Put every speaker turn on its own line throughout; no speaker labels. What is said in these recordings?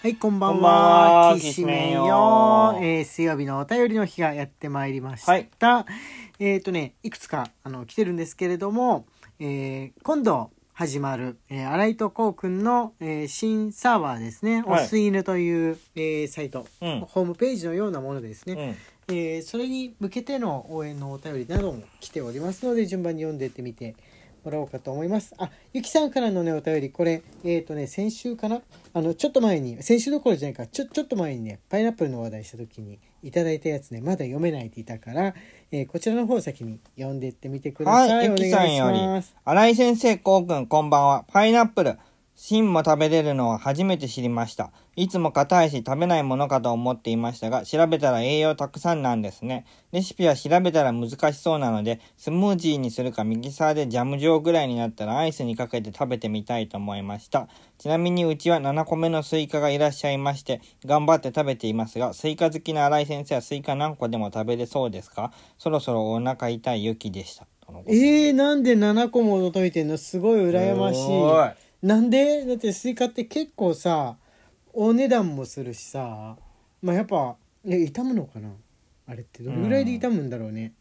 はい、こんばん
こんばん
は。
は
きしめんよ。
きしめんよ
えー、水曜日のお便りの日がやってまいりました。
はい
えっ、とね、いくつか、あの、来てるんですけれども、えー、今度始まる、えー、新井とこうくんの、えー、新サーバーですね、
はい
おすいぬという、えー、サイト、
うん
ホームページのようなものですね、
うん
えーそれに向けての応援のお便りなども来ておりますので順番に読んでいってみてもらおうかと思いますあゆきさんからのねお便りこれえっ、とね先週かなあのちょっと前に先週どころじゃないかちょちょっと前にねパイナップルの話題した時にいただいたやつねまだ読めないでいたから、えーこちらの方を先に読んでいってみてください、
はい、
お願い
ゆき
し
さんより
ます。
新井先生、こうくん、こんばんは。パイナップル。芯も食べれるのは初めて知りました。いつも硬いし食べないものかと思っていましたが、調べたら栄養たくさんなんですね。レシピは調べたら難しそうなので、スムージーにするかミキサーでジャム状ぐらいになったらアイスにかけて食べてみたいと思いました。ちなみにうちは7個目のスイカがいらっしゃいまして、頑張って食べていますが、スイカ好きな新井先生はスイカ何個でも食べれそうですかそろそろお腹痛い雪でした。とのこと
えー、なんで7個も届いてんのすごい羨まし
すごい
いなんでだってスイカって結構さお値段もするしさまあやっぱね傷むのかなあれってどれぐらいで傷むんだろうね、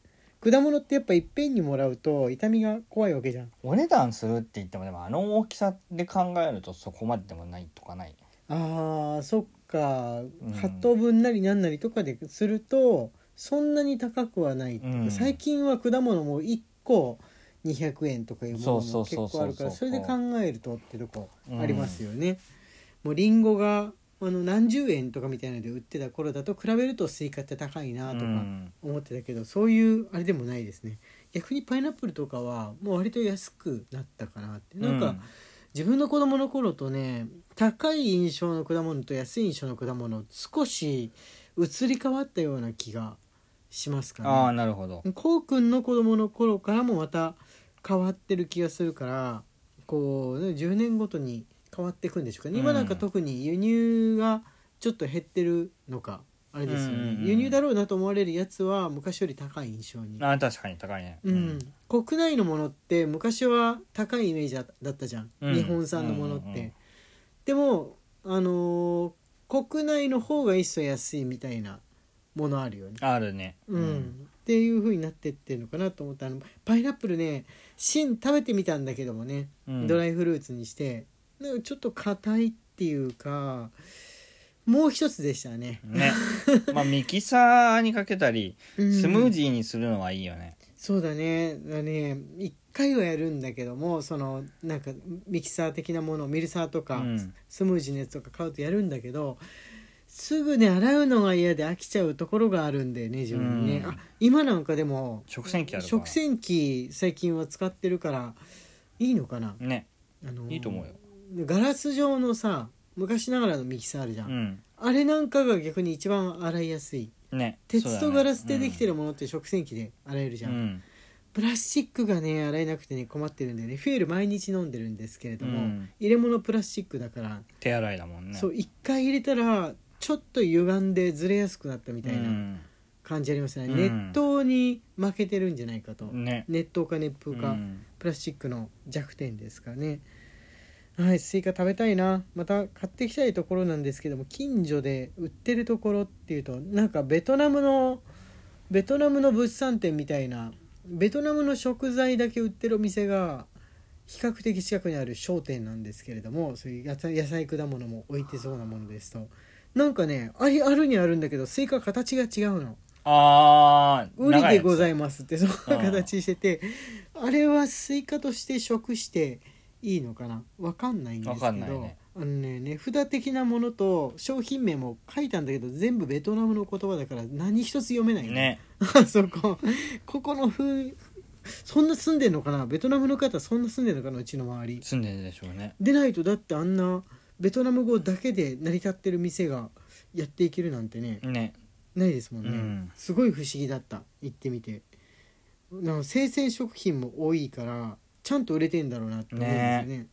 果物ってやっぱいっぺんにもらうと痛みが怖いわけじゃん
お値段するって言ってもでもあの大きさで考えるとそこまででもないとかない
あーそっか
うん
8等分なりなんなりとかでするとそんなに高くはないっていうか、
うん
最近は果物も1個200円とかいうものも
そう
結
そう
構
そうそう
あるからそれで考えるとってとこ
うん
ありますよね。もうリンゴがあの何十円とかみたいなので売ってた頃だと比べるとスイカって高いなと
う
か
ん
思ってたけど、そういうあれでもないですね逆にパイナップルとかはもう割と安くなったかなってなんか、自分の子供の頃とね高い印象の果物と安い印象の果物少し移り変わったような気がします
うんああ
か
なるほど
ねこうくんの子供の頃からもまた変わってる気がするからこう、ね、10年ごとに変わっていくんでしょうかね、今
うん
なんか特に輸入がちょっと減ってるのかあれですよね、
うんうんうん
輸入だろうなと思われるやつは昔より高い印象に
ああ確かに高いね
うん、国内のものって昔は高いイメージだったじゃん、
うん
日本産のものって、
うんうんうん
でもあのー国内の方がいっそ安いみたいなものあるよね、
あるね
うんっていう風になってってるのかなと思ったあのパイナップルね芯食べてみたんだけどもね、
うん
ドライフルーツにしてなんかちょっと硬いっていうかもう一つでしたね、
ねまあミキサーにかけたり
うん
スムージーにするのはいいよね
そうだねだね一回はやるんだけどもそのなんかミキサー的なものミルサーと
う
か、
ん
スムージーのやつとか買うとやるんだけどすぐね洗うのが嫌で飽きちゃうところがあるんだよね自分にね、
うん
あ今なんかでも
食洗機あるから
食洗機最近は使ってるからいいのかな、
ね
あのー
いいと思うよ
ガラス状のさ昔ながらのミキサーあるじゃ、
うんん
あれなんかが逆に一番洗いやすい
ね
鉄とガラスでできてる
も
ものって食洗機で洗えるじゃ
んうん
プラスチックがね洗えなくてね困ってるんでねフィール毎日飲んでるんですけれども、
うん
入れ物プラスチックだから、
手洗いだもんね
そう一回入れたらちょっと歪んでずれやすくなったみたいうなん感じありますね、
うん
熱湯に負けてるんじゃないかと、
ね
熱湯か熱風か、
うん
プラスチックの弱点ですかねはいスイカ食べたいなまた買ってきたいところなんですけども近所で売ってるところっていうとなんかベトナムのベトナムの物産展みたいなベトナムの食材だけ売ってるお店が比較的近くにある商店なんですけれどもそういう野菜野菜果物も置いてそうなものですとなんかねありあるにはあるんだけどスイカ形が違うの
ああ
売りでご
い
ざいますってそんな
うん
形しててあれはスイカとして食していいのかなわかんないんですけ
わかんない
ど、
ね
あのね値札的なものと商品名も書いたんだけど全部ベトナムの言葉だから何一つ読めないの
ね
あ そこここの風そんな住んでんのかなベトナムの方そんな住んでんのかなうちの周り
住んでるでしょうね
でないとだってあんなベトナム語だけで成り立ってる店がやっていけるなんてね
ね
ないですもんね、
うん
すごい不思議だった行ってみてなの生鮮食品も多いからちゃんと売れてんだろうなって思うんですよね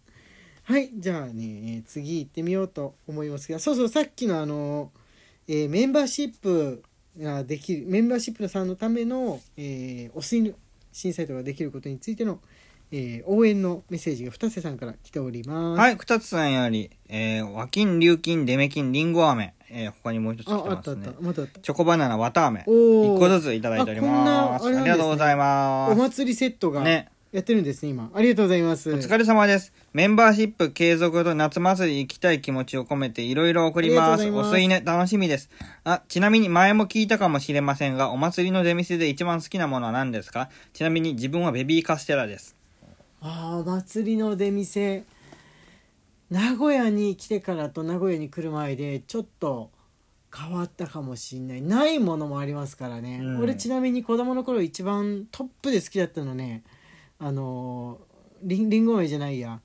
はいじゃあね、えー次行ってみようと思いますがそうそうさっきのあの、えーメンバーシップができるメンバーシップさんのための、えーお吸いの新サイトができることについての、えー応援のメッセージが二瀬さんから来ております。
はい、二つさんより、えー、和金、龍金、デメ金、リンゴ飴、えー、他にもう一つ来て
あ、あっ
ま
たあ
す
っ
ね
た。。またあった。
チョコバナナ、綿飴、
おー
一個ずついただいておりま
あこ
す。
ん
あ
なあれなんですね
りがとうございま
お
す。
祭りセットが
ね
やってるんですね、今。ありがとうございます。
お疲れ様です。メンバーシップ継続と夏祭り行きたい気持ちを込めていろいろ送りま
あ
す。
りがとうご
お
ざ
吸
い
いね、楽しみです。あ、ちなみに前も聞いたかもしれませんが、お祭りの出店で一番好きなものは何ですかちなみに自分はベビーカステラです。
あーお祭りの出店名古屋に来てからと名古屋に来る前でちょっと変わったかもしんないないものもありますからね、
うん
俺ちなみに子供の頃一番トップで好きだったのねあのーりんりんご飴じゃないや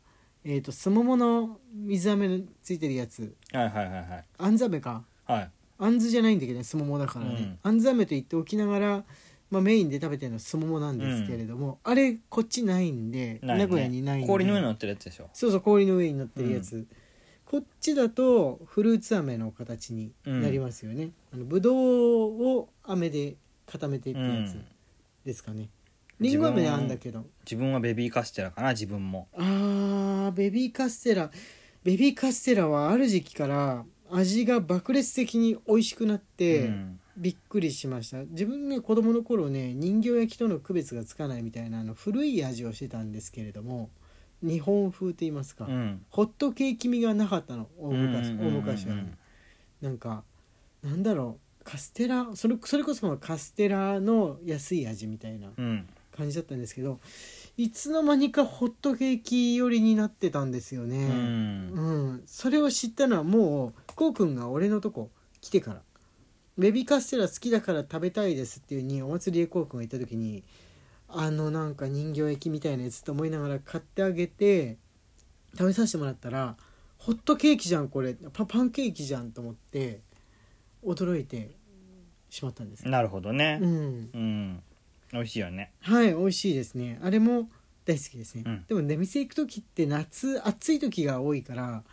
えっ、とすももの水飴のついてるやつ
はいはいはいはい。
あんず飴か
はい。
あんずじゃないんだけどねすももだからね、あんず飴と言っておきながら、まあ、メインで食べてるのはすももなんですけれども、あれこっちないんで
ないね
名古屋にないんで
氷の上に乗ってるやつでしょ。
そうそう氷の上に乗ってるやつ、こっちだとフルーツ飴の形になりますよね、あのぶどうを飴で固めていくや
う
つ
ん
ですかね、りん、リンゴ飴であんだけど
自分はベビーカステラかな、自分も。
あーベビーカステラベビーカステラはある時期から味が爆裂的に美味しくなって、
うん
びっくりしました自分ね子供の頃ね人形焼きとの区別がつかないみたいなあの古い味をしてたんですけれども日本風と言いますか、
うん。
ホットケーキ味がなかったの大昔,、
うんうんうんうん
大昔はねなんかなんだろうカステラそれそれこそカステラの安い味みたいな
うん。
感じだったんですけどいつの間にかホットケーキ寄りになってたんですよ
う
ね、
ん。
うんそれを知ったのはもうこうくんが俺のとこ来てからベビーカステラ好きだから食べたいですっていうにお祭りへこうくんが行った時にあのなんか人形焼きみたいなやつと思いながら買ってあげて食べさせてもらったらホットケーキじゃんこれパパンケーキじゃんと思って驚いてしまったんです、
なるほどね
う。ん、
うん。美味しいよね。
はい美味しいですねあれも大好きですね、
うん
でも出店行く時って夏暑い時が多いから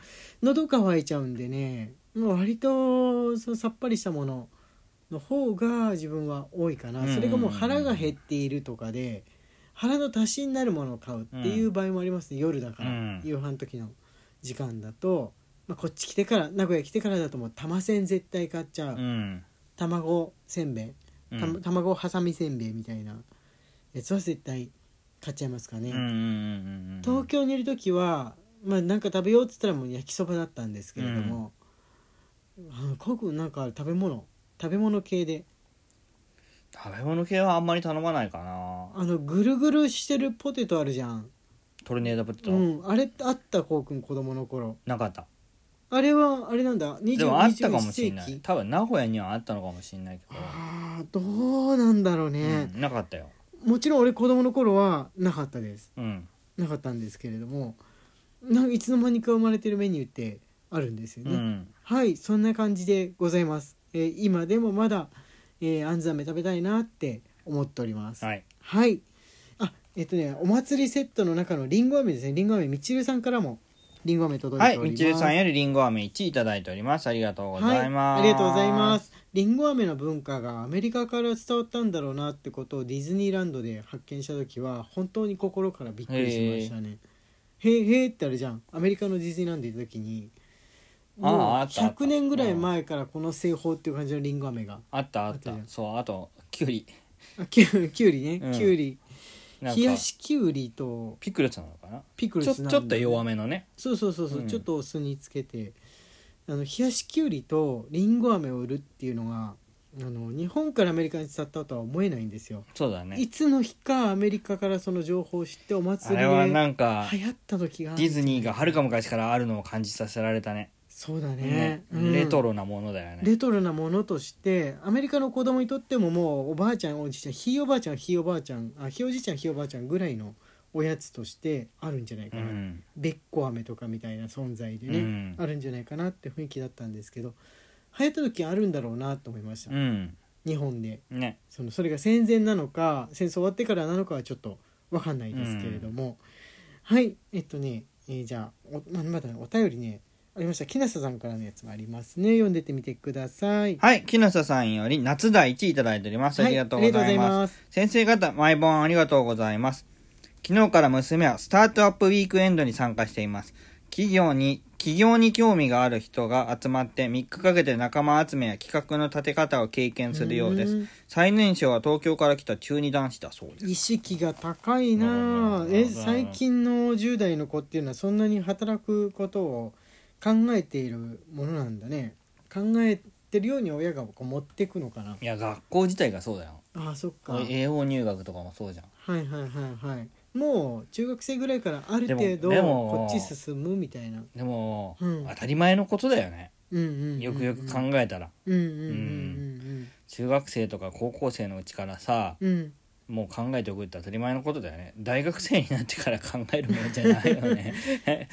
喉乾いちゃうんでねもう割とそのさっぱりしたものの方が自分は多いかな、
うんうんうん
それがもう腹が減っているとかで腹の足しになるものを買うっていう場合もありますね、夜だから、
うん
夕飯時の時間だと、まあ、こっち来てから名古屋来てからだともう玉せん絶対買っちゃう、
うん。
卵せんべい
うん
たま卵はさみせんべいみたいなやつは絶対買っちゃいますかね、
うんうんうんうん
東京にいる時はまあなんか食べようっつったらもう焼きそばだったんですけれども、あのコウ君なんか食べ物食べ物系で
食べ物系はあんまり頼まないかな
あのぐるぐるしてるポテトあるじゃん、
トルネードポテト、
うん、あれあったコウ君子供の頃
なかった
あれはあれなんだ20
でもあったかもしれ
21
な
世
い
紀
多分名古屋にはあったのかもしれないけど、
あーどうなんだろうね、
うんなかったよ
もちろん俺子供の頃はなかったです
うん
なかったんですけれどもないつの間にか生まれてるメニューってあるんですよ
う
ね、
ん
はいそんな感じでございます、えー今でもまだ、えー、あんず飴食べたいなって思っております、
はいい
あえっ、とねお祭りセットの中のりんご飴ですねりんご飴みちるさんからもりんご飴届
はいい
ており
み
ます
ちるさんよりりんご飴1いただいておりますありがとうございます、
はい、ありがとうございますりんご飴の文化がアメリカから伝わったんだろうなってことをディズニーランドで発見した時は本当に心からびっくりしましたね「へーへーってあれじゃんアメリカのディズニーランド行った時に
あー
もう
あったあった
100年ぐらい前からこの製法っていう感じのりんご飴が
あったあっ
あ
た
ったじゃん
そうあときゅうり
あきゅきゅうりね、
うん
きゅうり
なんか
冷やしきゅうりと
ピクルスなのかな
ピクル
ちょ
スなんだ
ちょっと弱めのね
そうそうそうそう、
うん
ちょっとお酢につけてあの冷やしきゅうりとりんご飴を売るっていうのがあの日本からアメリカに伝わったとは思えないんですよ、
そうだね
いつの日かアメリカからその情報を知ってお
あ
祭り
れ
で
はな
流
んか
行った時があ
デ
る
ィズニーがはるか昔からあるのを感じさせられたね
そうだねうん
レトロなものだよね
レトロなものとしてアメリカの子供にとってももうおばあちゃんおじいちゃんひいおばあちゃんひいおばあちゃんあひいおじいちゃんひいおばあちゃんぐらいのおやつとしてあるんじゃないか
う
な、
ん
べっこ飴とかみたいな存在でね、
うん
あるんじゃないかなって雰囲気だったんですけど流行った時あるんだろうなと思いました、
うん
日本で
ね
そのそれが戦前なのか戦争終わってからなのかはちょっと分かんないですけれども、はいえっとね、えーじゃあおままだねお便りねありました木下さんからのやつもありますね読んでってみてください、
はい、木下さんより夏第1いただいております。ありがとうございます。
す
先生方、毎晩ありがとうございます。昨日から娘はスタートアップウィークエンドに参加しています。企業に、企業に興味がある人が集まって3日かけて仲間集めや企画の立て方を経験するようで
う
す
ん。
最年少は東京から来た中二男子だそうです。
意識が高いなあ
うん
え最近の10代の子っていうのはそんなに働くことを考えているものなんだね考えてるように親がこう持っていくのかない
や、学校自体がそうだよ。
ああそっかはい
英語入学とかもそうじゃん。
はいはいはいもう中学生ぐらいからある程度
でもでも
こっち進むみたいな
でも、
うん
当たり前のことだよね。
うんうんうんうん
よくよく考えたら。
うんうんうん
中学生とか高校生のうちからさ、
うん うん
もう考えておくって当たり前のことだよね大学生になってから考えるものじゃないよね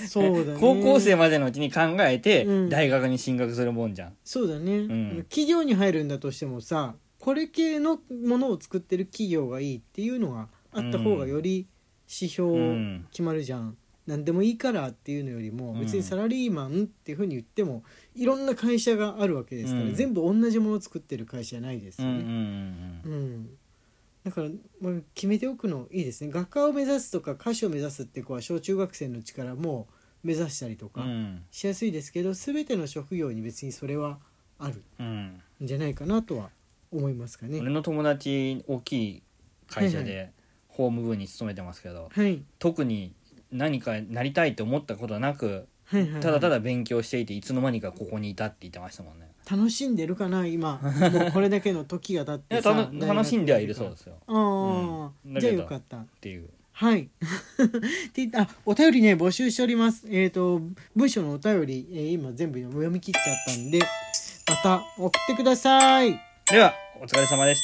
そうだね
高校生までのうちに考えて
うん
大学に進学するもんじゃん、
そうだね、
ん
企業に入るんだとしてもさこれ系のものを作ってる企業がいいっていうのがあった方がより指
う
標
ん
決まるじゃん、何でもいいからっていうのよりも
うん
別にサラリーマンっていうふうに言ってもいろんな会社があるわけですから、
うん
全部同じものを作ってる会社じゃないです
うんう
よ
ん
ね。うんだからまあ決めておくのいいですね学科を目指すとか歌手を目指すって子は小中学生のうちからもう目指したりと
うんう
か、
ん
しやすいですけど全ての職業に別にそれはある
うん
んじゃないかなとは思いますかね。
俺の友達大きい会社
は
で法務部に勤めてますけど
はい、
特に何かなりたいと思ったことなく
はいはいはい
ただただ勉強していていつの間にかここにいたって言ってましたもんね
楽しんでるかな 今もうこれだけの時が経っ
い
て
や
さ
楽楽しんではいるそうですすよ
ああ、
うんだ
じゃあ
けど
よかった
っていう
はい って言ったあお便りね募集しておりますえっ、と文章のお便り、えー今全部読み切っちゃったんでまた送ってください
ではお疲れ様でした